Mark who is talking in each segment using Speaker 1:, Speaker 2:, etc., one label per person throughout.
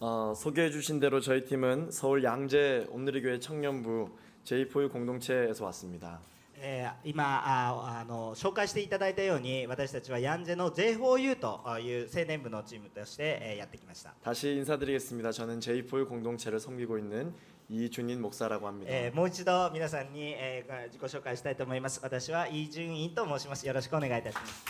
Speaker 1: 어, 소개해 주신 대로 저희 팀은 서울 양재 온누리교회 청년부 J4U 공동체에서 왔습니다.
Speaker 2: えー今ああの紹介していただいたように私たちはヤンジェの J4U という青年部のチームとしてえーやってきました、
Speaker 1: 다시 인사드리겠습니다. 저는 J4U 공동체를 섬기고 있는 이준인 목사라고 합니다.
Speaker 2: えーもう一度皆さんに、えー自己紹介したいと思います私はイ・ジュンインと申しますよろしくお願いいたします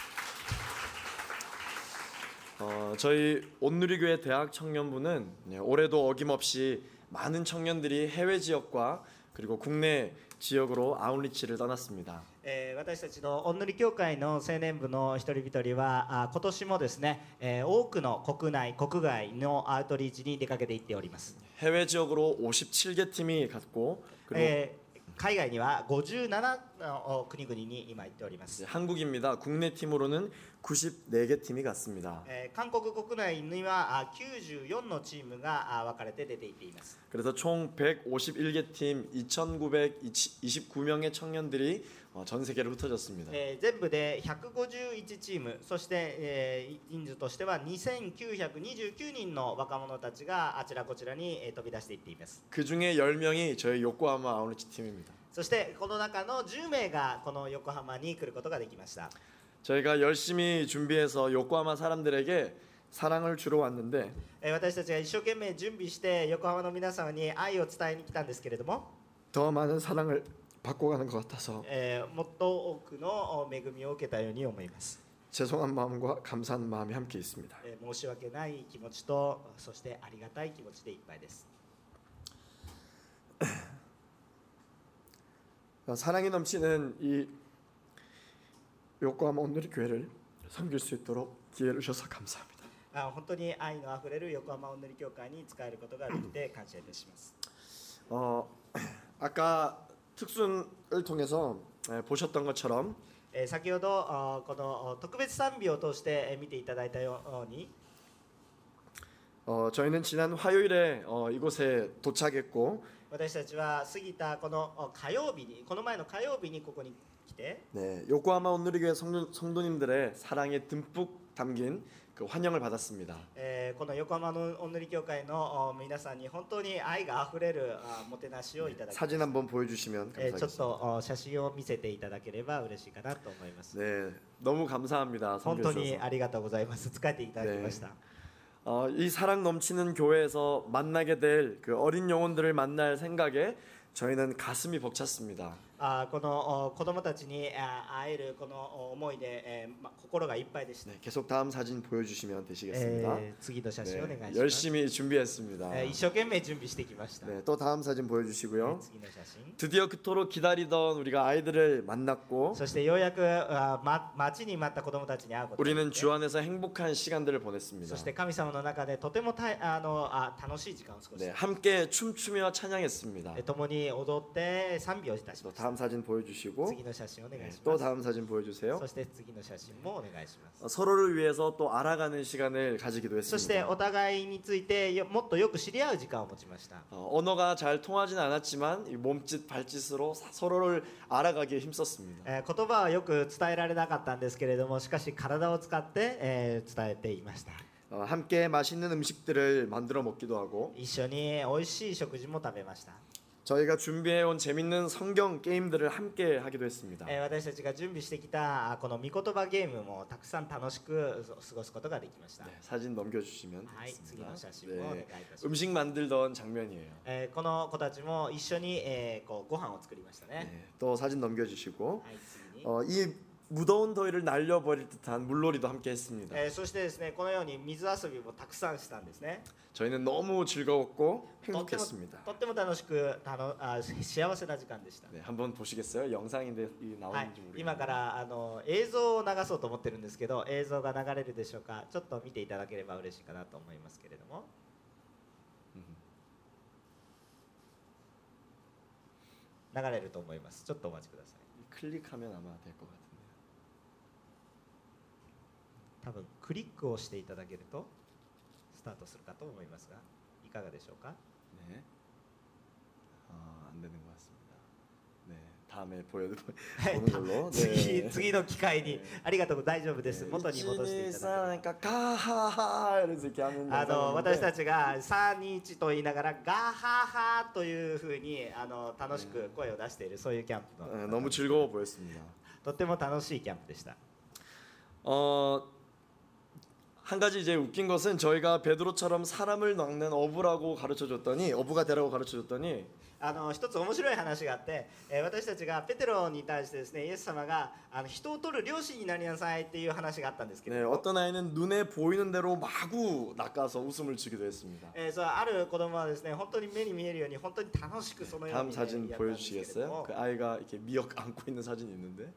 Speaker 1: 어, 저희 온누리교회 대학 청년부는 네, 올해도 어김없이 많은 청년들이 해외 지역과 그리고 국내 지역으로 아웃리치를 떠났습니다.
Speaker 2: えー私たちのおんぬり協会の青年部の一人一人はあ今年もですね、えー多くの国内国外のアウトリーチに出かけていっております、
Speaker 1: 해외 지역으로 57개 팀이 갔고 그리고
Speaker 2: えー海外には57のお国々に今行っております、
Speaker 1: 이제 한국입니다. 국내 팀으로는 94개 팀이 갔습니다.
Speaker 2: えー韓国国内にはあ94のチームがあ分かれて出ていっています、
Speaker 1: 그래서 총 151개 팀 2,929명의 청년들이 어, 전 세계로 흩어졌습니다.
Speaker 2: えー全部で151チームそして、えー人数としては2929人の若者たちがあちらこちらにえー飛び出していっています
Speaker 1: 그 중에 10명이 저희 요코하마 아웃리치 팀입니다.
Speaker 2: そしてこの中の10名がこの横浜に来ることができました、
Speaker 1: 저희가 열심히 준비해서 요코하마 사람들에게 사랑을 주러 왔는데
Speaker 2: えー私たちが一生懸命準備して横浜の皆様に愛を伝えに来たんですけれども、
Speaker 1: 더 많은 사랑을 받고 가는 것 같아서
Speaker 2: えーもっと多くのお恵みを受けたように思います、
Speaker 1: 죄송한 마음과 감사한 마음이 함께 있습니다.
Speaker 2: えー申し訳ない気持ちとそしてありがたい気持ちでいっぱいです
Speaker 1: 사랑이 넘치는 이 요코하마 오늘의 교회를 섬길 수 있도록 기회를 주셔서 감사합니다.
Speaker 2: あ本当に愛のあふれる横浜おんぬり協会に使えることができて感謝いたします、
Speaker 1: 어, 아까 특순을 통해서 예, 보셨던 것처럼
Speaker 2: えー先ほどあこのお特別賛美を通してえー見ていただいたように
Speaker 1: 어, 저희는 지난 화요일에 어, 이곳에 도착했고
Speaker 2: 私たちは過ぎたこの火曜日にこの前の火曜日にここに来て、
Speaker 1: 네, 요코하마 온누리교회 성도, 성도님들의 사랑에 듬뿍 담긴 그 환영을 받았습니다.
Speaker 2: えーこの横浜のおんぬり協会のお皆さんに本当に愛があふれるあもてなしをいただき、
Speaker 1: 사진 한번 보여주시면
Speaker 2: えーちょっ
Speaker 1: 감사하겠습니다.
Speaker 2: とお写真を見せていただければ嬉しいかなと思います、
Speaker 1: 네, 너무 감사합니다.
Speaker 2: 本当に
Speaker 1: 섬겨주셔서.
Speaker 2: ありがとうございます使えていただきました、
Speaker 1: 어, 이 사랑 넘치는 교회에서 만나게 될 그 어린 영혼들을 만날 생각에 저희는 가슴이 벅찼습니다.
Speaker 2: あーこのお子供たちにあー会えるこのお思いで、えーま、心がいっぱいでした、
Speaker 1: 네, 계속 다음 사진 보여주시면
Speaker 2: え
Speaker 1: 되시겠습니다.
Speaker 2: ー次の写真お願
Speaker 1: 네,
Speaker 2: いします、
Speaker 1: 열심히 준비했습니다.
Speaker 2: えー一生懸命準備してきました、
Speaker 1: 네, 또 다음 사진
Speaker 2: えー
Speaker 1: 보여주시고요.
Speaker 2: 次の写真
Speaker 1: 드디어 그토록 기다리던 우리가 아이들을 만났고
Speaker 2: そしてようやくあ、ま、待ちに待った子供たちに会うことができて
Speaker 1: 우리는 주 안에서 행복한 시간들을 보냈습니다.
Speaker 2: そして神様の中でとてもたいあのあ楽しい時間を過ごし
Speaker 1: 네,
Speaker 2: て、
Speaker 1: 함께 춤추며 찬양했습니다.
Speaker 2: え共に踊って賛美をいたし
Speaker 1: 또
Speaker 2: ました
Speaker 1: 다음 사진 보여주시고
Speaker 2: 次の写真お願い
Speaker 1: 네,
Speaker 2: しま
Speaker 1: 또
Speaker 2: す、
Speaker 1: 다음 사진 보여주세요.
Speaker 2: そして次の写真もお願いします
Speaker 1: 어, 서로를 위해서 또 알아가는 시간을 가지기도
Speaker 2: そして
Speaker 1: 했습니다.
Speaker 2: お互いについてよもっとよく知り合う時間を持ちました
Speaker 1: 어, 언어가 잘 통하진 않았지만 이 몸짓 발짓으로 사- 서로를 알아가기에 힘썼습니다.
Speaker 2: えー言葉はよく伝えられなかったんですけれどもしかし体を使って、えー伝えていました
Speaker 1: 어, 함께 맛있는 음식들을 만들어 먹기도 하고
Speaker 2: 一緒に美味しい食事も食べました、
Speaker 1: 저희가 준비해온 재밌는 성경 게임들을 함께 하기도 했습니다.
Speaker 2: えー私たちが準備してきたあこの「御言葉ゲーム」もたくさん楽しくそ過ごすことができました
Speaker 1: 네, 사진 넘겨주시면
Speaker 2: 아이,
Speaker 1: 되겠습니다. 네.
Speaker 2: 지금 사진 뭐 내가 알다시피.
Speaker 1: 음식 만들던 장면이에요.
Speaker 2: えーこの子たちも一緒に、えーこうご飯を作りましたね。
Speaker 1: 네, 또 사진 넘겨주시고
Speaker 2: はい、次に
Speaker 1: 어, 이 무더운 더위를 날려버릴 듯한 물놀이도 함께 했습니다.
Speaker 2: えーそしてですね、このように水遊びもたくさんしたんですね。
Speaker 1: 저희는 너무 즐거웠고
Speaker 2: とっても
Speaker 1: 행복했습니다.
Speaker 2: とっても楽しくたのあ幸せな時間でした。
Speaker 1: 네, 한번 보시겠어요? 영상인데 이게
Speaker 2: はい
Speaker 1: 나오는지 、
Speaker 2: 今か
Speaker 1: 모르겠어요.
Speaker 2: らあの映像を流そうと思ってるんですけど、映像が流れるでしょうか。ちょっと見ていただければ嬉しいかなと思いますけれども。流れると思います。ちょっとお待ちください。
Speaker 1: 클릭하면 아마 될 것 같은데.
Speaker 2: 多分クリックをしていただけるとスタートするかと思いますが、いかがでしょうか。
Speaker 1: 네. 아, 안 되는 것 같습니다. 네, 다음에 보여
Speaker 2: はい
Speaker 1: 보는 걸로.
Speaker 2: 次
Speaker 1: 네.
Speaker 2: 次の機 会にありがとう大丈夫です
Speaker 1: 네,
Speaker 2: 元に戻していただけれ
Speaker 1: 그러니까
Speaker 2: ば
Speaker 1: 가하하 이러면서 이렇게 하는
Speaker 2: あの
Speaker 1: 영상인데
Speaker 2: 私たちが321と言いながらガハハというふうにあの楽しく声を出しているそういうキャンプ
Speaker 1: 네,
Speaker 2: の
Speaker 1: 너무 즐거워 보였습니다.
Speaker 2: とっても楽しいキャンプでした
Speaker 1: 어, 한 가지 이제 웃긴 것은 저희가 베드로처럼 사람을 낚는 어부라고 가르쳐 줬더니 어부가 되라고 가르쳐 줬더니
Speaker 2: あの一つ面白い話があって、えー私たちがペテロに対してですねイエス様があの人を取る漁師になりなさいっていう話があったんですけど、
Speaker 1: 네, 어떤 아이는 눈에 보이는 대로 마구 낚아서 웃음을 주기도 했습니다.
Speaker 2: えーそうある子供はですね本当に目に見えるように本当に楽しくそのように、
Speaker 1: 다음 사진
Speaker 2: ねやったんですけれ
Speaker 1: 보여주시겠어요?
Speaker 2: ども
Speaker 1: 그 아이가 이렇게 미역 안고 있는 사진이 있는데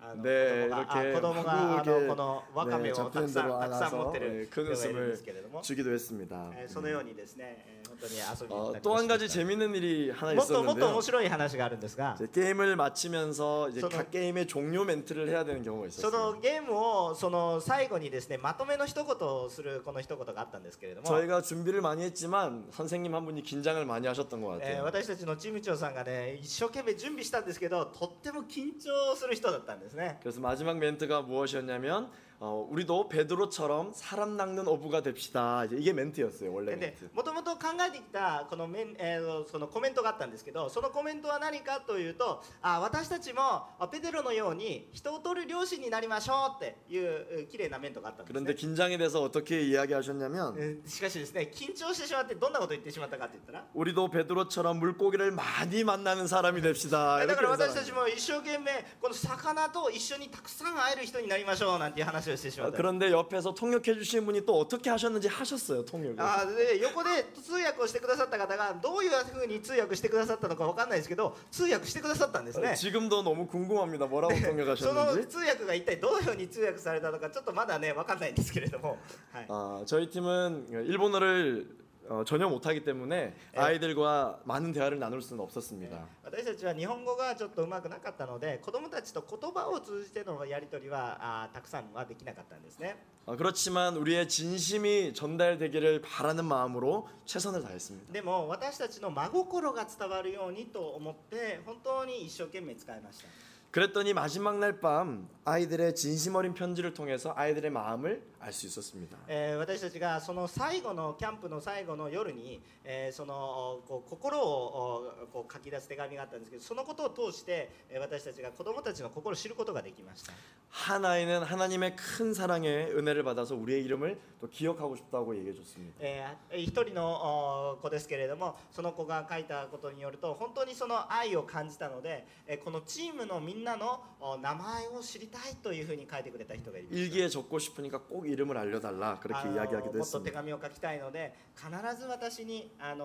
Speaker 2: あの
Speaker 1: で
Speaker 2: 子供があ
Speaker 1: 네, 이렇게 네, 막
Speaker 2: 子供があの
Speaker 1: 구
Speaker 2: このわかめをたくさん、
Speaker 1: ね
Speaker 2: たくさん持って
Speaker 1: え
Speaker 2: る
Speaker 1: ー
Speaker 2: 子
Speaker 1: 네, 큰
Speaker 2: がいるんですけれど
Speaker 1: 웃음을
Speaker 2: も、
Speaker 1: 주기도 했습니다. 음. 어,
Speaker 2: えーそのようにですね、えー本当に遊びに行ったりもしました
Speaker 1: 또 한 가지 재밌는 일이 하나
Speaker 2: もっともっと
Speaker 1: 있었는데요.
Speaker 2: 面白い話があるんですが
Speaker 1: 이제 게임을 마치면서 이제
Speaker 2: 뭐 저는-
Speaker 1: 각 게임의 종료 멘트를 해야 되는 경우가
Speaker 2: その
Speaker 1: 있었어요.
Speaker 2: ゲームをその最後にですねまとめの一言をするこの一言があったんですけれども、
Speaker 1: 저희가 준비를 많이 했지만 선생님 한 분이 긴장을 많이 하셨던 것
Speaker 2: えー
Speaker 1: 같아요.
Speaker 2: 私たちのチーム長さんがね一生懸命準備したんですけどとっても緊張する人だったんですね
Speaker 1: 그래서 마지막 멘트가 무엇이었냐면 어, 우리도 베드로처럼 사람 낚는 어부가 됩시다. 이제 이게 멘트였어요. 원래
Speaker 2: で
Speaker 1: 멘트.
Speaker 2: もともと考えてきたこのメン、えーそのコメントがあったんですけどそのコメントは何かというとあ私たちもあペテロのように人を取る漁師になりましょうっていうう綺麗なメントがあったんです、
Speaker 1: 그런데
Speaker 2: ね
Speaker 1: 긴장이 돼서 어떻게 이야기하셨냐면
Speaker 2: えーしかしですね緊張してしまってどんなこと言ってしまったかって言ったら
Speaker 1: 우리도 베드로처럼 물고기를 많이 만나는 사람이 됩시다.
Speaker 2: だ
Speaker 1: 이렇게 아,
Speaker 2: から私た
Speaker 1: 해서
Speaker 2: ちも一生懸命この魚と一緒にたくさん会える人になりましょうなんていう話をしてしま
Speaker 1: 어,
Speaker 2: ったんで
Speaker 1: 그런데
Speaker 2: す
Speaker 1: 옆에서 통역해 주신 분이 또 어떻게 하셨는지 하셨어요. 통역을.
Speaker 2: あーで横で通訳をしてくださった方がどういうふうに通訳してくださったのかわかんないですけど通訳してくださったんですね
Speaker 1: 지금도 너무 궁금합니다. 뭐라고
Speaker 2: その
Speaker 1: 통역하셨는지.
Speaker 2: 通訳が一体どのように通訳されたのかちょっとまだねわかんないんですけれども、はい、
Speaker 1: 아, 저희 팀은 일본어를 어, 전혀 못하기 때문에 아이들과 많은 대화를 나눌 수는 없었습니다.
Speaker 2: 私たちは日本語がちょっとうまくなかったので子どもたちと言葉を通じてのやり取りはあーたくさんはできなかったんですね
Speaker 1: 어, 그렇지만 우리의 진심이 전달되기를 바라는 마음으로 최선을 다했습니다.
Speaker 2: でも私たちの真心が伝わるようにと思って本当に一生懸命使いました
Speaker 1: 그랬더니 마지막 날 밤 아이들의 진심 어린 편지를 통해서 아이들의 마음을 알 수 있었습니다.
Speaker 2: えー私たちがその最後のキャンプの最後の夜に、えーそのこう心をおこう書き出す手紙があったんですけどそのことを通してえー私たちが子どもたちの心を知ることができました
Speaker 1: 한 아이는 하나님의 큰 사랑에 은혜를 받아서 우리의 이름을 또 기억하고 싶다고 얘기해 줬습니다.
Speaker 2: えー一人のお子ですけれどもその子が書いたことによると本当にその愛を感じたので、えーこのチームのみんなのお名前を知りたいというふうに書いてくれた人がいます
Speaker 1: 일기에 적고 싶으니까 꼭 이름을 알려달라
Speaker 2: あ
Speaker 1: 그렇게
Speaker 2: の
Speaker 1: 이야기하기도
Speaker 2: もっと手
Speaker 1: 했습니다.
Speaker 2: 紙を書きたいので必ず私にあの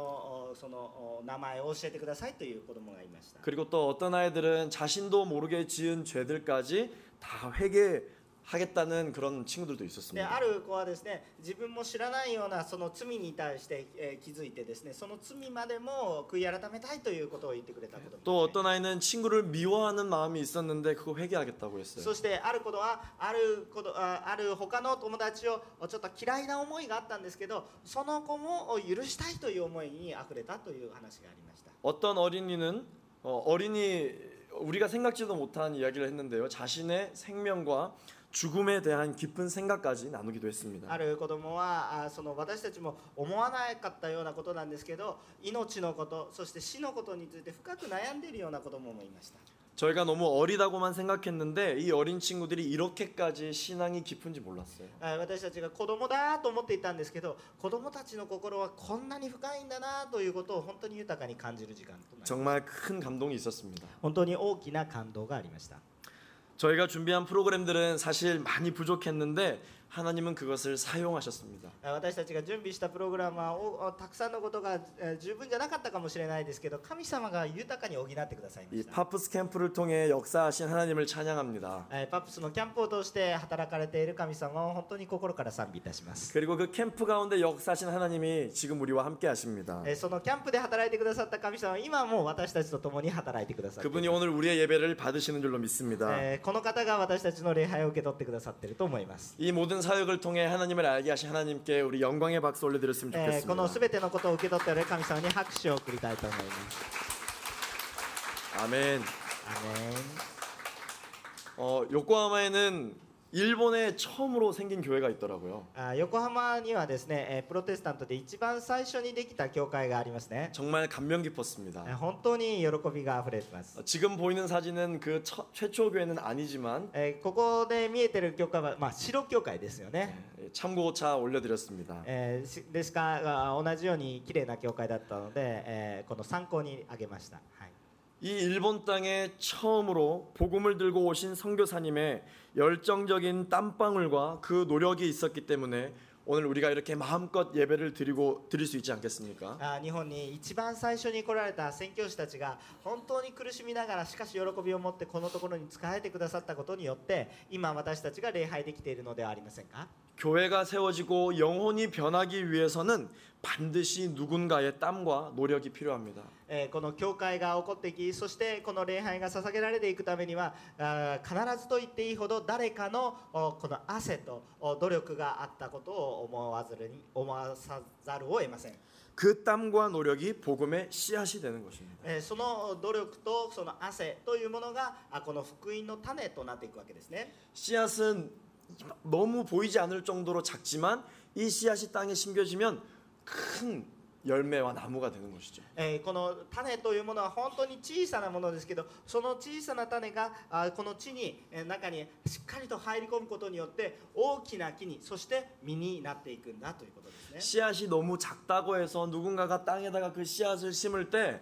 Speaker 2: おそのお名前を教えてくださいという子供がいました
Speaker 1: 그리고 또 어떤 아이들은 자신도 모르게 지은 죄들까지 다 회개하겠다는 그런 친구들도
Speaker 2: で
Speaker 1: 있었습니다.
Speaker 2: ある子はですね自分も知らないようなその罪に対して、えー気づいてですねその罪までも悔い改めたいということを言ってくれたことも
Speaker 1: 또 어떤 아이는 친구를 미워하는 마음이 있었는데 그거 회개하겠다고
Speaker 2: そ
Speaker 1: 했어요.
Speaker 2: してあることはあることあある他の友達をちょっと嫌いな思いがあったんですけどその子も許したいという思いにあふれたという話がありました
Speaker 1: 어떤 어린이는 어, 어린이 우리가 생각지도 못한 이야기를 했는데요. 자신의 생명과 죽음에 대한 깊은 생각까지 나누기도
Speaker 2: あ
Speaker 1: 했습니다.
Speaker 2: る子供はあその私たちも思わなかったようなことなんですけど命のことそして死のことについて深く悩んでいるような子供もいました
Speaker 1: 저희가 너무 어리다고만 생각했는데 이 어린 친구들이 이렇게까지 신앙이 깊은지 몰랐어요.
Speaker 2: あ私たちが子供だと思っていたんですけど子供たちの心はこんなに深いんだなということを本当に豊かに感じる時間となり
Speaker 1: 정말 큰 감동이 있었습니다.
Speaker 2: 本当に大きな感動がありました
Speaker 1: 저희가 준비한 프로그램들은 사실 많이 부족했는데 하나님은 그것을 사용하셨습니다.
Speaker 2: 私たちが準備したプログラマーをたくさんのことがえー十分じゃなかったかもしれないですけど神様が豊かに補ってくださいま
Speaker 1: 이
Speaker 2: した。
Speaker 1: 파프스 캠프를 통해 역사하신 하나님을 찬양합니다.
Speaker 2: えーパップスのキャンプを通して働かれている神様を本当に心から賛美いたします。
Speaker 1: 그리고 그 캠프 가운데 역사하신 하나님이 지금 우리와 함께 하십니다.
Speaker 2: えーそのキャンプで働いてくださった神様は今も私たちと共に働いてくださっている
Speaker 1: 그분이 오늘 우리의 예배를 받으시는 줄로 믿습니다.
Speaker 2: えーこの方が私たちの礼拝を受け取ってくださっていると思います。
Speaker 1: 이 모든 사역을 통해 하나님을 알게 하신 하나님께 우리 영광의 박수 올려드렸으면
Speaker 2: えーこの
Speaker 1: 좋겠습니다.
Speaker 2: すべてのことを受け取っている神様に拍手を送りたいと思います。
Speaker 1: 아멘.
Speaker 2: 아멘.
Speaker 1: 어, 요코하마에는 일본에 처음으로 생긴 교회가 있더라고요.
Speaker 2: あ横浜にはですね、えープロテスタントで一番最初にできた教会がありますね。
Speaker 1: 정말 감명
Speaker 2: えー
Speaker 1: 깊었습니다.
Speaker 2: 本当に喜びが溢れてます。
Speaker 1: 어, 지금 보이는 사진은 그 처- 최초 교회는 아니지만
Speaker 2: えーここで見えてる教会は、まあ、白教会ですよね。
Speaker 1: 예, 참고차 올려드렸습니다.
Speaker 2: えーしですからあ同じように綺麗な教会だったので、えーこの参考に挙げました、はい
Speaker 1: 이 일본 땅에 처음으로 복음을 들고 오신 선교사님의 열정적인 땀방울과 그 노력이 있었기 때문에 오늘 우리가 이렇게 마음껏 예배를 드리고 드릴 수 있지 않겠습니까?
Speaker 2: あー日本に一番最初に来られた宣教師たちが本当に苦しみながらしかし喜びを持ってこのところに仕えてくださったことによって今私たちが礼拝できているのではありませんか
Speaker 1: 교회가 세워지고 영혼이 변하기 위해서는 반드시 누군가의 땀과 노력이 필요합니다.
Speaker 2: えーこの教会が起こっていきそしてこの礼拝が捧げられていくためにはあー必ずと言っていいほど誰かのおこの汗とお努力があったことを思わずに思わさざるを得ません、
Speaker 1: 그 땀과 노력이 복음의 씨앗이 되는 것입니다.
Speaker 2: えーその努力とその汗というものがあこの福音の種となっていくわけですね
Speaker 1: 씨앗은 너무 보이지 않을 정도로 작지만 이 씨앗이 땅에 심겨지면 큰 열매와 나무가 되는 것이죠.
Speaker 2: えーこの種というものは本当に小さなものですけどその小さな種があこの地に、えー中にしっかりと入り込むことによって大きな木にそして実になっていくんだということですね
Speaker 1: 예? 씨앗이 너무 작다고 해서 누군가가 땅에다가 그 씨앗을 심을 때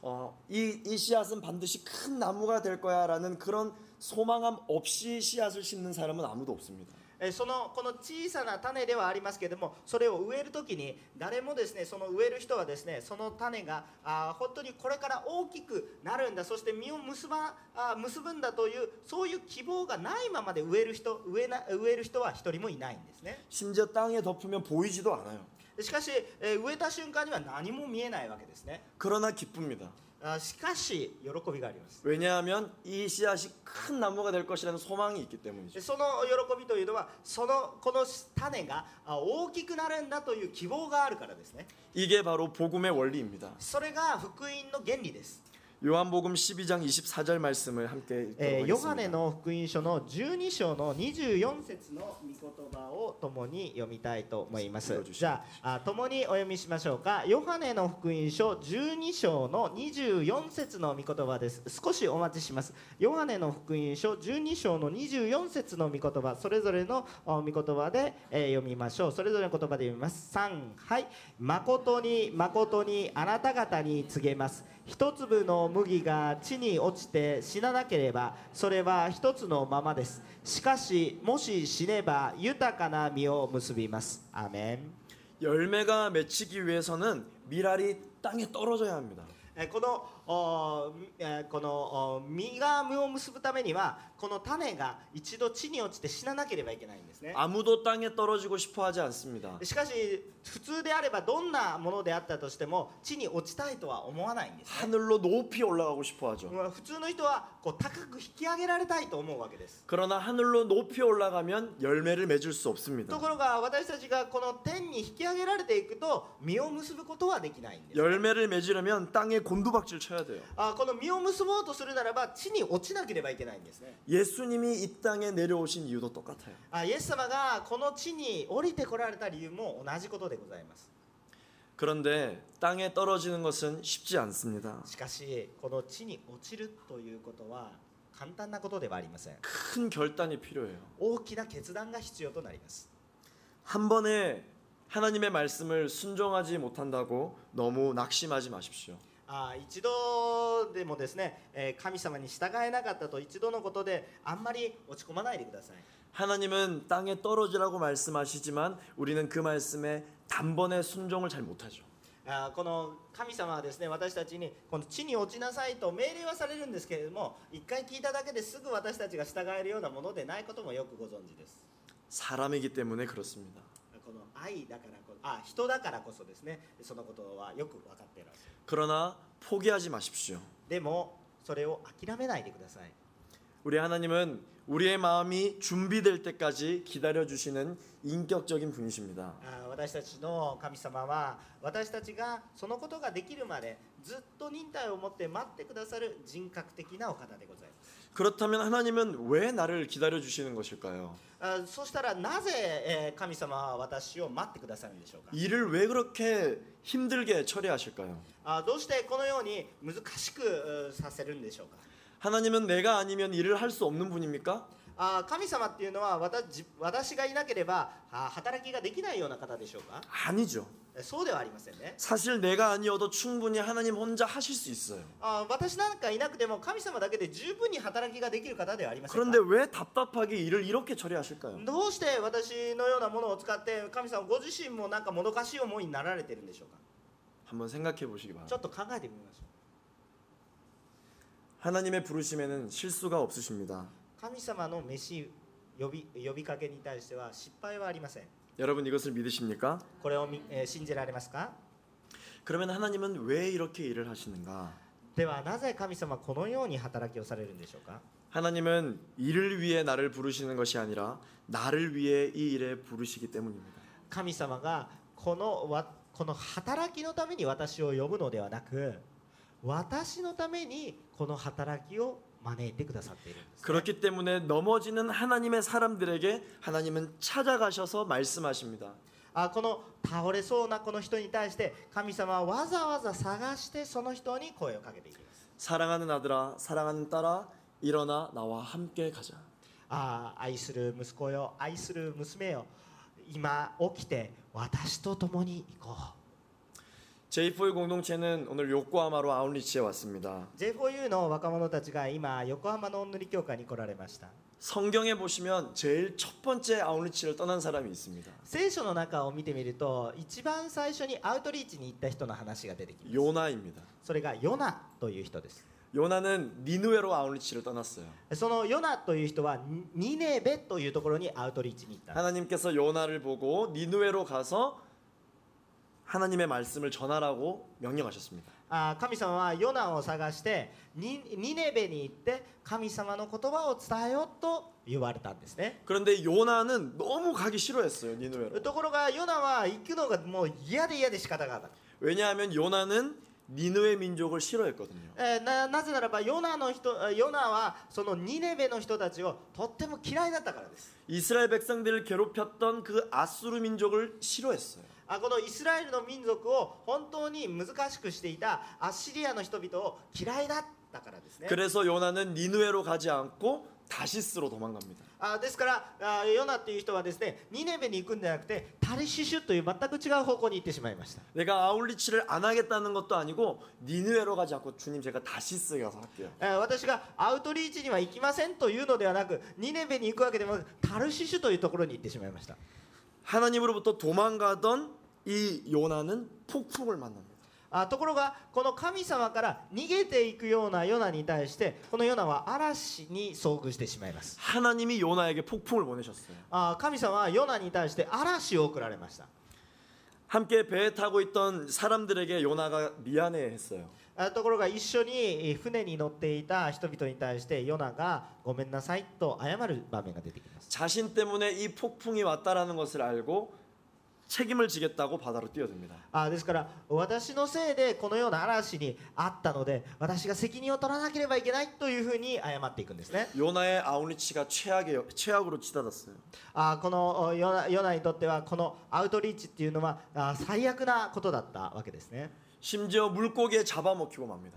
Speaker 1: 어, 이, 이 씨앗은 반드시 큰 나무가 될 거야 라는 그런 소망함 없이 씨앗을 심는 사람은 아무도 없습니다.
Speaker 2: えーそのこの小さな種ではありますけれどもそれを植える時に誰もですねその植える人はですねその種があー本当にこれから大きくなるんだそして実を結ばあー結ぶんだというそういう希望がないままで植える人植えな植える人は一人もいないんですね
Speaker 1: 심지어 땅에 덮으면 보이지도 않아요.
Speaker 2: しかし、えー植えた瞬間には何も見えないわけですね
Speaker 1: 그러나 기쁩니다.
Speaker 2: あーしかし喜びがあります
Speaker 1: 왜냐하면 이 씨앗이 큰 나무가 될 것이라는 소망이 있기 때문이죠.
Speaker 2: その喜びというのはそのこの種があー大きくなるんだという希望があるからですね
Speaker 1: 이게 바로 복음의 원리입니다.
Speaker 2: それが福音の原理です
Speaker 1: 요한복음 12장 24절 말씀을 함께
Speaker 2: えーヨ
Speaker 1: 읽도록
Speaker 2: ハネ
Speaker 1: 하겠습니다.
Speaker 2: の福音書の12章の24節の御言葉を共に読みたいと思います
Speaker 1: そうです
Speaker 2: じゃああ共にお読みしましょうかヨハネの福音書12章の24節の御言葉です少しお待ちしますヨハネの福音書12章の24節の御言葉それぞれのお御言葉で、えー読みましょうそれぞれの言葉で読みます3はい誠に誠にあなた方に告げます一粒の麦が地に落ちて死ななければそれは一つのままですしかしもし死ねば豊かな実を結びますアーメン
Speaker 1: 열매가 맺히기 위해서는 밀알이 땅에 떨어져야 합니다.
Speaker 2: えーこのおーえーこのおー実が実を結ぶためにはこの種が一度地に落ちて死ななければいけないんですね
Speaker 1: 아무도 땅에 떨어지고 싶어 하지 않습니다.
Speaker 2: しかし普通であればどんなものであったとしても地に落ちたいとは思わないんです
Speaker 1: 하늘로 높이 올라가고 싶어 하죠.
Speaker 2: 普通の人はこう高く引き上げられたいと思うわけです
Speaker 1: 그러나 하늘로 높이 올라가면 열매를 맺을 수
Speaker 2: と
Speaker 1: 없습니다.
Speaker 2: ころが私たちがこの天に引き上げられていくと実を結ぶことはできないんです
Speaker 1: 열매를 맺으려면 땅에 곤두박질 쳐야 돼요.
Speaker 2: あこの実を結ぼうとするならば地に落ちなければいけないんですね
Speaker 1: 예수님이 이 땅에 내려오신 이유도 똑같아요.
Speaker 2: あイエス様がこの地に降りてこられた理由も同じことでございます
Speaker 1: 그런데 땅에 떨어지는 것은 쉽지 않습니다.
Speaker 2: しかしこの地に落ちるということは簡単なことではありません
Speaker 1: 큰 결단이 필요해요.
Speaker 2: 大きな決断が必要となります
Speaker 1: 한 번에 하나님의 말씀을 순종하지 못한다고 너무 낙심하지 마십시오.
Speaker 2: あ一度でもですね、えー神様に従えなかったと一度のことであんまり落ち込まないでください
Speaker 1: 하나님은 땅에 떨어지라고 말씀하시지만 우리는 그 말씀에 단번에 순종을 잘 못하죠.
Speaker 2: あこの神様はですね私たちにこの地に落ちなさいと命令はされるんですけれども一回聞いただけですぐ私たちが従えるようなものでないこともよくご存知です
Speaker 1: 사람이기 때문에 그렇습니다.
Speaker 2: この愛だからこあ人だからこそですねそのことはよく分かっていらっしゃる
Speaker 1: 그러나 포기하지 마십시오.
Speaker 2: でもそれを諦めないでください
Speaker 1: 우리 하나님은 우리의 마음이 준비될 때까지 기다려 주시는 인격적인 분이십니다.
Speaker 2: あー私たちの神様は私たちがそのことができるまでずっと忍耐を持って待ってくださる人格的なお方でございます
Speaker 1: 그렇다면 하나님은 왜 나를 기다려 주시는 것일까요?
Speaker 2: あーそしたらなぜ、えー神様は私を待ってくださるんでしょうか
Speaker 1: 일을 왜 그렇게 힘들게 처리하실까요?
Speaker 2: あーどうしてこのように難しくうーさせるんでしょうか
Speaker 1: 하나님은 내가 아니면 일을 할 수 없는 분입니까?
Speaker 2: あー神様っていうのは私私がいなければあー働きができないような方でしょうか
Speaker 1: 아니죠.
Speaker 2: えそうではありませんね
Speaker 1: 사실 내가 아니어도 충분히 하나님 혼자 하실 수 있어요.
Speaker 2: あー私なんかいなくても神様だけで十分に働きができる方ではありませんか
Speaker 1: 그런데 왜 답답하게 일을 이렇게 처리하실까요?
Speaker 2: どうして私のようなものを使って神様ご自身もなんかもどかしい思いになられてるんでしょうか
Speaker 1: 한번 생각해 보시기
Speaker 2: ち
Speaker 1: 바랍니다.
Speaker 2: ょっと考えてみましょ
Speaker 1: 하나님의 부르심에는 실수가 없으십니다.
Speaker 2: う神様の飯呼び呼びかけに対しては失敗はありません
Speaker 1: 여러분 이것을 믿으십니까?
Speaker 2: これをみ、えー信じられますか
Speaker 1: 그러면 하나님은 왜 이렇게 일을 하시는가?
Speaker 2: ではなぜ神様はこのように働きをされるんでしょうか
Speaker 1: 하나님은 일을 위해 나를 부르시는 것이 아니라 나를 위해 이 일에 부르시기 때문입니다.
Speaker 2: 神様がこのわこの働きのために私を呼ぶのではなく私のためにこの働きを招いてくださっているんです、ね、
Speaker 1: 그렇기 때문에 넘어지는 하나님의 사람들에게 하나님은 찾아가셔서 말씀하십니다.
Speaker 2: あこの倒れそうなこの人に対して神様はわざわざ探してその人に声をかけていきます
Speaker 1: 사랑하는 아들아, 사랑하는 딸아, 일어나 나와 함께 가자.
Speaker 2: あ愛する息子よ愛する娘よ今起きて私と共に行こう
Speaker 1: J4 공동체는 오늘 요코하마로 아웃리치에 왔습니다.
Speaker 2: J4U の若者たちが今横浜のおんぬり教会に来られました
Speaker 1: 성경에 보시면 제일 첫 번째 아웃리치를 떠난 사람이 있습니다.
Speaker 2: 聖書の中を見てみると一番最初にアウトリーチに行った人の話が出てきます
Speaker 1: 요나입니다.
Speaker 2: それがヨナという人です
Speaker 1: 요나는 니누에로 아웃리치를 떠났어요.
Speaker 2: そのヨナという人はニニネベというところにアウトリーチに行ったんです
Speaker 1: 하나님께서 요나를 보고 니누에로 가서 하나님의 말씀을 전하라고 명령하셨습니다.
Speaker 2: あー神様はヨナを探してニニネベに行って神様の言葉を伝えようと言われたんですね
Speaker 1: 그런데 요나는 너무 가기 싫어했어요. 니누에로.
Speaker 2: ところがヨナは行くのがもう嫌で嫌で仕方がなかっ
Speaker 1: 왜냐하면 요나는 니누에 민족을 싫어했거든요.
Speaker 2: た、えーななぜならばヨナの人ヨナはそのニネベの人たちをとっても嫌いだったからです
Speaker 1: 이스라엘 백성들을 괴롭혔던 그 아수르 민족을 싫어했어요.
Speaker 2: あこのイスラエルの民族を本当に難しくしていたアッシリアの人々を嫌いだったからですね
Speaker 1: 그래서 요나는 니누에로 가지 않고 다시스로 도망갑니다.
Speaker 2: あですからあヨナっていう人はですねニネベに行くんじゃなくてタリシシュという全く違う方向に行ってしまいました
Speaker 1: 내가 아울리치를 안 하겠다는 것도 아니고 니누에로 가지 않고 주님 제가 다시스에 가서 할게요.
Speaker 2: えー私がアウトリーチには行きませんというのではなくニネベに行くわけでもなくタルシシュというところに行ってしまいました
Speaker 1: 하나님으로부터 도망가던 이 요나는 폭풍을 만납니다.
Speaker 2: あところがこの神様から逃げていくようなヨナに対してこのヨナは嵐に遭遇してしまいます
Speaker 1: 하나님이 요나에게 폭풍을 보내셨어요.
Speaker 2: あ神様はヨナに対して嵐を送られました
Speaker 1: 함께 배에 타고 있던 사람들에게 요나가 미안해했어요.
Speaker 2: あところが一緒にえー船に乗っていた人々に対してヨナがごめんなさいと謝る場面が出てきます
Speaker 1: 자신 때문에 이 폭풍이 왔다라는 것을 알고 책임을 지겠다고 바다로 뛰어듭니다.
Speaker 2: あですから私のせいでこのような嵐にあったので私が責任を取らなければいけないというふうに謝っていくんですね
Speaker 1: 요나의 아우니치가 최악의 최악으로 치닫았어요.
Speaker 2: あーこのおヨナヨナにとってはこのアウトリーチっていうのはあー最悪なことだったわけですね
Speaker 1: 심지어 물고기에 잡아먹히고 맙니다.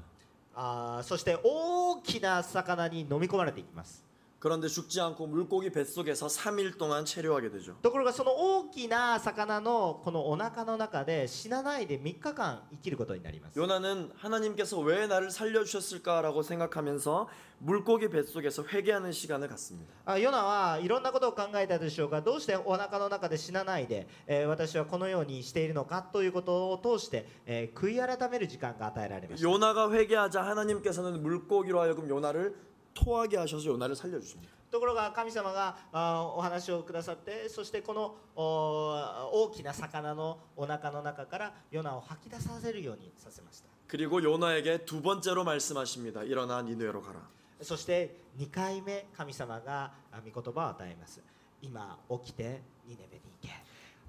Speaker 2: あーそして大きな魚に飲み込まれていきます
Speaker 1: 그런데 죽지 않고 물고기 뱃속에서 3일 동안 체류하게 되죠.
Speaker 2: ところがその大きな魚のこのお腹の中で死なないで3日間生きることになります
Speaker 1: 요나는 하나님께서 왜 나를 살려주셨을까라고 생각하면서 물고기 뱃속에서 회개하는 시간을 갖습니다.
Speaker 2: あヨナはいろんなことを考えたでしょうがどうしてお腹の中で死なないで、えー私はこのようにしているのかということを通して、えー悔い改める時間が与えられました
Speaker 1: 요나가 회개하자 하나님께서는 물고기로 하여금 요나를 토하게 하셔서 요나를 살려주십니다.
Speaker 2: ところが神様があーお話をくださってそしてこのお大きな魚のお腹の中からヨナを吐き出させるようにさせました
Speaker 1: 그리고 요나에게 두 번째로 말씀하십니다. 일어나 니누에로 가라.
Speaker 2: そして2回目神様があ御言葉を与えます今起きてニネベに行け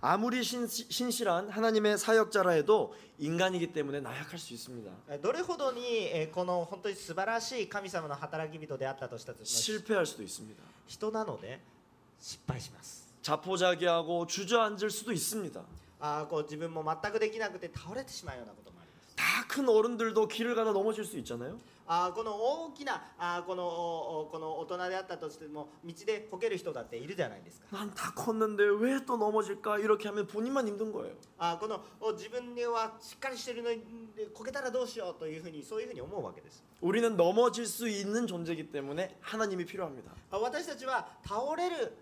Speaker 1: 아무리 신, 신실한 하나님의 사역자라 해도 인간이기 때문에 나약할 수 있습니다.
Speaker 2: えどれほどにえーこの本当に素晴らしい神様の働き人であったとしたとしま
Speaker 1: 실패할 수도 있습니다.
Speaker 2: す人なので失敗します
Speaker 1: 자포자기하고 주저앉을 수도 있습니다.
Speaker 2: あーこう自分も全くできなくて倒れてしまうようなこともあります
Speaker 1: 다 큰 어른들도 길을 가다 넘어질 수 있잖아요.
Speaker 2: あーこの大きなあーこのおおこの大人であったとしても道でこける人だっているじゃないですか
Speaker 1: 난 다 컸는데 왜 또 넘어질까? 이렇게 하면 본인만 힘든 거예요.
Speaker 2: あーこのお自分ではしっかりしてるのにこけたらどうしようというふうにそういうふうに思うわけです
Speaker 1: 우리는 넘어질 수 있는 존재이기 때문에 하나님이 필요합니다.
Speaker 2: あ私たちは倒れる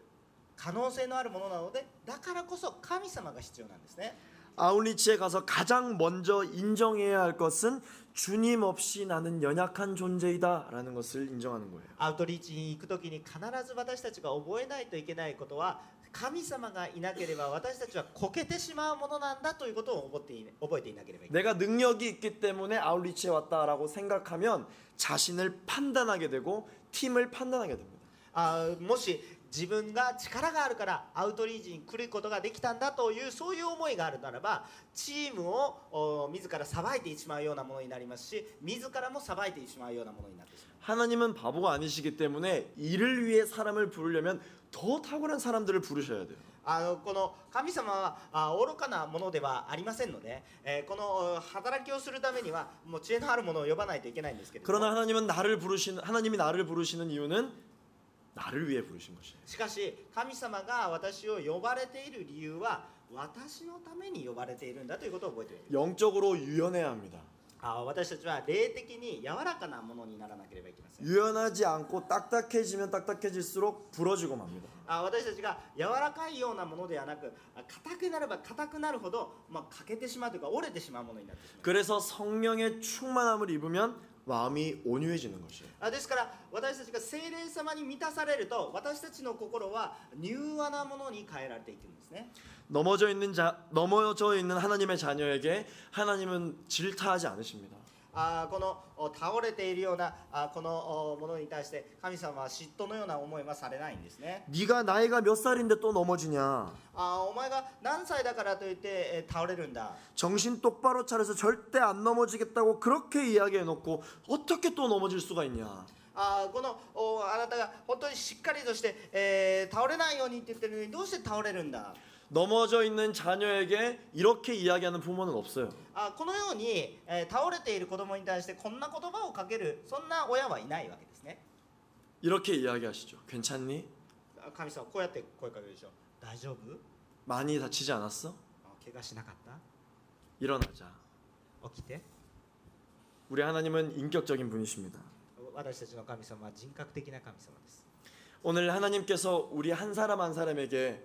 Speaker 2: 可能性のあるものなのでだからこそ神様が必要なんですね
Speaker 1: 아우니치에 가서 가장 먼저 인정해야 할 것은 주님 없이 나는 연약한 존재이다라는 것을 인정하는 거예요.
Speaker 2: アウトリーチに行く時に必ず私たちが覚えないといけないことは神様がいなければ私たちはこけてしまうものなんだということを覚えてい覚えていなければいけない
Speaker 1: 내가 능력이 있기 때문에 아우리치에 왔다라고 생각하면 자신을 판단하게 되고 팀을 판단하게 됩니다.
Speaker 2: あーもし自分が力があるからアウトリーチに来ることができたんだというそういう思いがあるならばチームをお自らさばいてしまうようなものになりますし自らもさばいてしまうようなものになってしまう
Speaker 1: 하나님은 바보가 아니시기 때문에 이를 위해 사람을 부르려면 더 탁월한 사람들을 부르셔야 돼요.
Speaker 2: あのこの神様はあ愚かなものではありませんので、えーこのお働きをするためにはもう知恵のあるものを呼ばないといけないんですけれど
Speaker 1: 그러나
Speaker 2: も
Speaker 1: 하나님은 나를 부르시는 하나님이 나를 부르시는 이유는 나를 위해 부르신 것이에요.
Speaker 2: しかし神様が私を呼ばれている理由は私のために呼ばれているんだということを覚えておいて
Speaker 1: 영적으로 유연해야 합니다.
Speaker 2: あ私たちは霊的に柔らかなものにならなければいけません
Speaker 1: 유연하지 않고 딱딱해지면 딱딱해질수록 부러지고 맙니다.
Speaker 2: あ私たちが柔らかいようなものではなくあ硬くなれば硬くなるほど、まあ、欠けてしまうというか折れてしまうものになってしまう
Speaker 1: 그래서 성령의 충만함을 입으면 마음이 온유해지는 것이에요.
Speaker 2: あですから私たちが精霊様に満たされると私たちの心は柔和なものに変えられていくんですね
Speaker 1: 넘어져 있는 자 넘어져 있는 하나님의 자녀에게 하나님은 질타하지 않으십니다.
Speaker 2: あーこのお倒れているようなあーこのおものに対して神様は嫉妬のような思いはされないんですね
Speaker 1: 네가 나이가 몇 살인데 또 넘어지냐?
Speaker 2: あーお前が何歳だからといって、えー倒れるんだ
Speaker 1: 정신 똑바로 차려서 절대 안 넘어지겠다고 그렇게 이야기해 놓고 어떻게 또 넘어질 수가 있냐?
Speaker 2: あーこのおあなたが本当にしっかりとして、えー倒れないようにって言ってるのにどうして倒れるんだ
Speaker 1: 넘어져 있는 자녀에게 이렇게 이야기하는 부모는 없어요.
Speaker 2: あーこのように、えー倒れている子供に対してこんな言葉をかけるそんな親はいないわけですね
Speaker 1: 이렇게 이야기하시죠. 괜찮니?
Speaker 2: 神様こうやって声かけるでしょ大丈夫
Speaker 1: 많이 다치지 않았어?
Speaker 2: あ怪我しなかっ
Speaker 1: 일어나자.
Speaker 2: た起きて
Speaker 1: 우리 하나님은 인격적인 분이십니다.
Speaker 2: 私たちの神様は人格的な神様です
Speaker 1: 오늘 하나님께서 우리 한 사람 한 사람에게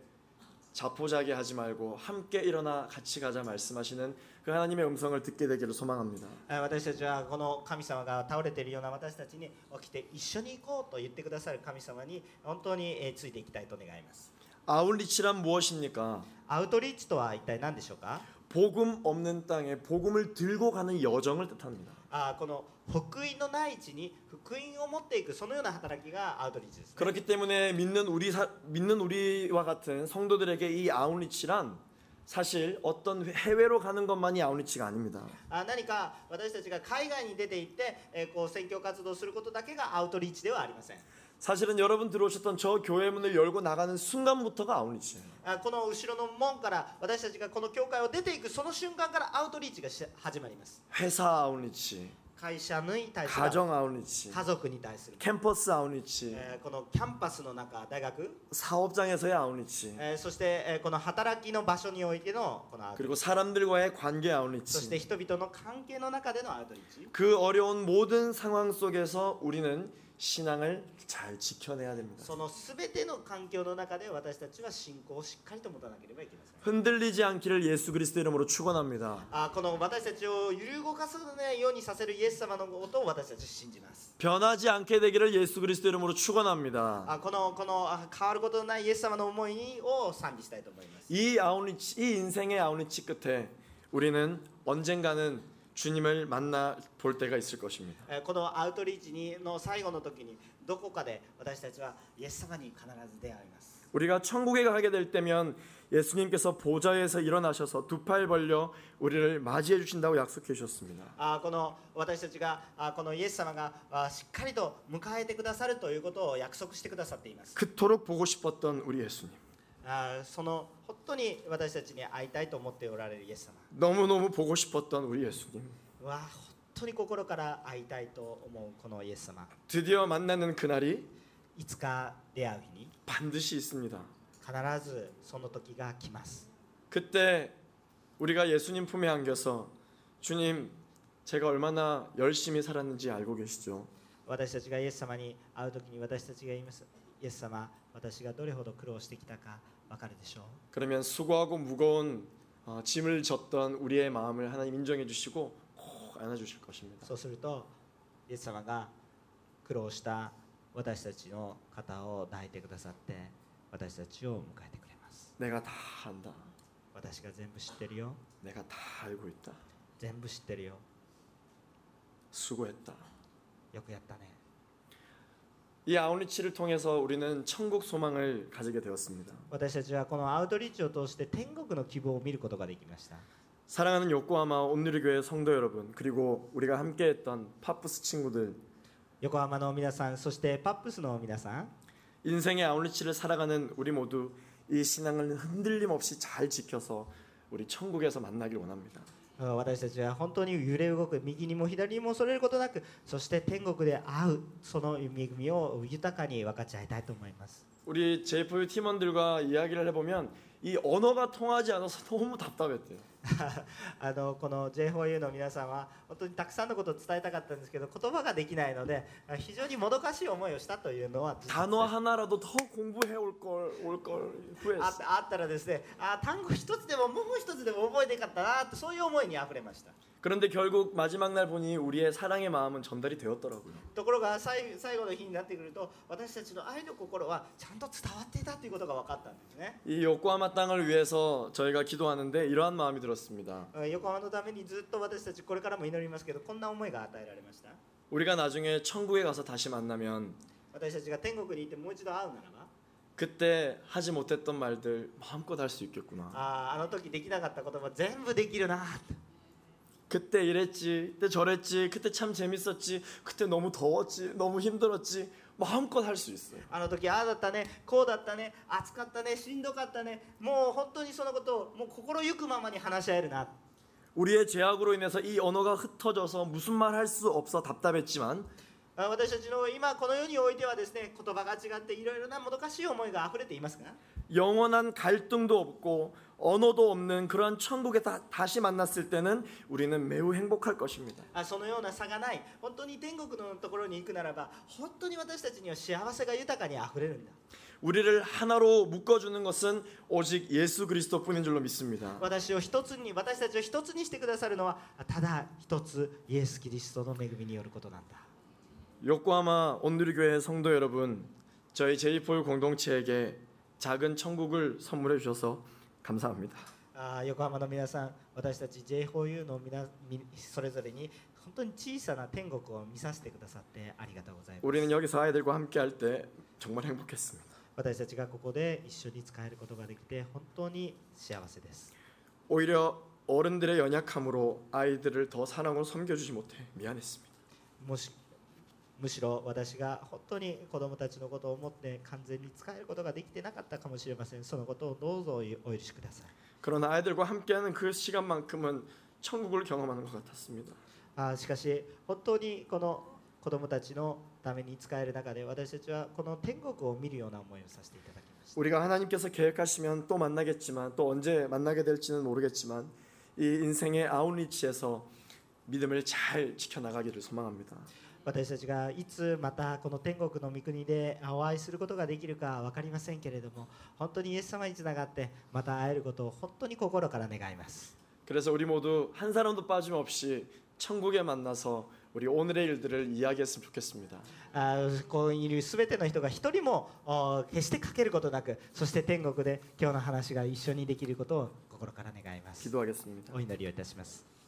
Speaker 1: 자포자기 하지 말고 함께 일어나 같이 가자 말씀하시는 그 하나님의 음성을 듣게 되기를 소망합니다.
Speaker 2: あー私たちはこの神様が倒れているような私たちに起きて一緒に行こうと言ってくださる神様に本当に、えーついていきたいと願います
Speaker 1: 아울리치란 무엇입니까?
Speaker 2: アウトリーチとは一体何でしょうか
Speaker 1: 복음 없는 땅에 복음을 들고 가는 여정을 뜻합니다.
Speaker 2: あーこの福音のない地に福音を持っていくそのような働きがアウトリーチですね、
Speaker 1: 그렇기 때문에 믿는 우리 사, 믿는 우리와 같은 성도들에게 이 아울리치란 사실 어떤 해외로 가는 것만이 아울리치가 아닙니다.
Speaker 2: あー何か私たちが海外に出て行って、えーこう宣教活動することだけがアウトリーチではありません
Speaker 1: 사실은 여러분 들어오셨던 저 교회 문을 열고 나가는 순간부터가 아울리치예요.
Speaker 2: あこの後ろの門から私たちがこの教会を出ていくその瞬間からアウトリーチがし始まります
Speaker 1: 회사 아울리치,
Speaker 2: 会社に対する
Speaker 1: 가정 아울리치,
Speaker 2: 家族に対する、
Speaker 1: 캠퍼스 아울리치,
Speaker 2: えーこのキャンパスの中大学、
Speaker 1: 사업장에서의 아울리치,
Speaker 2: えーそして、えーこの働きの場所においてのこのアウトリ
Speaker 1: 그리고
Speaker 2: ーチ
Speaker 1: 사람들과의 관계
Speaker 2: そして
Speaker 1: 아울리치.
Speaker 2: 人々の関係の中でのアウトリーチ
Speaker 1: 그 어려운 모든 상황 속에서 우리는 신앙을 잘 지켜내야 됩니다.
Speaker 2: その全ての環境の中で私たちは信仰をしっかりと持たなければいけません
Speaker 1: 흔들리지 않기를 예수 그리스도 이름으로 축원합니다.
Speaker 2: あこの私たちを揺る動かさないようにさせるイエス様のことを私たち信じます
Speaker 1: 변하지 않게 되기를 예수 그리스도 이름으로 축원합니다.
Speaker 2: あこのこのあ変わることのないイエス様の思いを賛美したいと思います
Speaker 1: 이 아웃리치, 이 인생의 아웃리치 끝에 우리는 언젠가는 주님을 만나 볼 때가 있을 것입니다.
Speaker 2: えーこのアウトリーチにの最後の時にどこかで私たちはイエス様に必ず出会います
Speaker 1: 우리가 천국에 가게 될 때면 예수님께서 보좌에서 일어나셔서 두 팔 벌려 우리를 맞이해 주신다고 약속해 주셨습니다.
Speaker 2: あーこの私たちがあーこのイエス様があーしっかりと迎えてくださるということを約束してくださっています
Speaker 1: 그토록 보고 싶었던 우리 예수님.
Speaker 2: あーその本当に私たちに会いたいと思っておられるイエス様
Speaker 1: 너무너무 보고 싶었던 우리 예수님.
Speaker 2: うわー本当に心から会いたいと思うこのイエス様
Speaker 1: 드디어 만나는 그날이
Speaker 2: いつか出会う日に
Speaker 1: 반드시 있습니다.
Speaker 2: 必ずその時が来ます
Speaker 1: 그때 우리가 예수님 품에 안겨서 주님 제가 얼마나 열심히 살았는지 알고 계시죠?
Speaker 2: 私たちがイエス様に会う時に私たちが言いますイエス様私がどれほど苦労してきたかわかるでしょう
Speaker 1: 그러면 수고하고 무거운 어, 짐을 졌던 우리의 마음을 하나님 인정해 주시고 꼭 안아 주실 것입니다.
Speaker 2: そうするとイエス様が苦労した私たちの肩を抱いてくださって私たちを迎えてくれます
Speaker 1: 내가 다 안다.
Speaker 2: 私が全部知ってるよ
Speaker 1: 내가 다 알고 있다.
Speaker 2: 全部知ってるよ
Speaker 1: 수고했다.
Speaker 2: よくやったね
Speaker 1: 이 아우리치를 통해서 우리는 천국 소망을 가지게 되었습니다.
Speaker 2: 私たちはこのアウトリーチを通して天国の希望を見ることができました
Speaker 1: 사랑하는 요코하마 온누리교회 성도 여러분 그리고 우리가 함께했던 파푸스 친구들
Speaker 2: 横浜の皆さんそしてパップスの皆さん
Speaker 1: 인생의 아울리치를 살아가는 우리 모두 이 신앙을 흔들림 없이 잘 지켜서 우리 천국에서 만나길 원합니다.
Speaker 2: うん私たちは本当に揺れ動く右にも左にもそれることなくそして天国で会うその恵みを豊かに分かち合いたいと思います
Speaker 1: 우리 JFU 팀원들과 이야기를 해보면 이 언어가 통하지 않아서 너무 답답했대요.
Speaker 2: あのこの J4U の皆さんは本当にたくさんのことを伝えたかったんですけど言葉ができないのであ非常にもどかしい思いをしたというのは事実です
Speaker 1: 단어 하나라도 더 공부해 올걸올걸
Speaker 2: あ
Speaker 1: 후회했어.
Speaker 2: あったらですねあ単語一つでももう一つでも覚えてよかったなってそういう思いにあふれました
Speaker 1: 그런데 결국 마지막 날 보니 우리의 사랑의 마음은 전달이 되었더라고요.
Speaker 2: ところが最最後の日になってくると私たちの愛の心はちゃんと伝わっていたということが分かったんですね
Speaker 1: 이 요코하마 땅을 위해서 저희가 기도하는데イロハン 마음이 들었습니다.
Speaker 2: うん横浜のためにずっと私たちこれからも祈りますけどこんな思いが与えられました
Speaker 1: 우리가 나중에 천국에 가서 다시 만나면
Speaker 2: 私たちが天国に行ってもう一度会うならば
Speaker 1: 그때 하지 못했던 말들 마음껏 할 수 있겠구나.
Speaker 2: あーあの時できなかったことも全部できるな
Speaker 1: 그때 이랬지, 그때 저랬지, 그때 참 재밌었지, 그때 너무 더웠지, 너무 힘들었지 마음껏 할 수 있어요.
Speaker 2: あの時ああだったねこうだったね暑かったねしんどかったねもう本当にそのことをもう心ゆくままに話し合えるな
Speaker 1: 우리의 죄악으로 인해서 이 언어가 흩어져서 무슨 말 할 수 없어 답답했지만
Speaker 2: あ私たちの今この世においてはですね言葉が違っていろいろなもどかしい思いが溢れていますが
Speaker 1: 영원한 갈등도 없고 언어도 없는 그런 천국에 다, 다시 만났을 때는 우리는 매우 행복할 것입니다.
Speaker 2: あそのような差がない本当に天国のところに行くならば本当に私たちには幸せが豊かに溢れるんだ
Speaker 1: 우리를 하나로 묶어주는 것은 오직 예수 그리스도뿐인 줄로 믿습니다.
Speaker 2: 私を一つに私たちを一つにしてくださるのはただ一つイエス・キリストの恵みによることなんだ
Speaker 1: 요코하마 온누리교회 성도 여러분, 저희 제이폴 공동체에게 작은 천국을 선물해 주셔서 감사합니다.
Speaker 2: あー横浜の皆さん私たち J4U の皆みそれぞれに本当に小さな天国を見させてくださってありがとうございます
Speaker 1: 우리는 여기서 아이들과 함께 할 때 정말 행복했습니다.
Speaker 2: 私たちがここで一緒に使えることができて本当に幸せです
Speaker 1: 오히려 어른들의 연약함으로 아이들을 더 사랑으로 섬겨주지 못해 미안했습니다.
Speaker 2: もしむしろ私が本当に子供たちのことを思って完全に使えることができてなかったかもしれませんそのことをどうぞお許しください
Speaker 1: 그러나 아이들과 함께하는 그 시간만큼은 천국을 경험하는 것 같았습니다.
Speaker 2: あーしかし本当にこの子供たちのために使える中で私たちはこの天国を見るような思いをさせていただきました
Speaker 1: 우리가 하나님께서 계획하시면 또 만나겠지만 또 언제 만나게 될지는 모르겠지만 이 인생의 아웃리치에서 믿음을 잘 지켜나가기를 소망합니다.
Speaker 2: 私たちがいつまたこの天国の御国でお会いすることができるか分かりませんけれども本当にイエス様につながってまた会えることを本当に心から願います
Speaker 1: 그래서 우리 모두 한 사람도 빠짐없이 천국에 만나서 우리 오늘의 일들을 이야기했으면 좋겠습니다.
Speaker 2: あーここにいる全ての人が一人もお決して欠けることなくそして天国で今日の話が一緒にできることを心から願います
Speaker 1: 기도하겠습니다.
Speaker 2: お祈りをいたします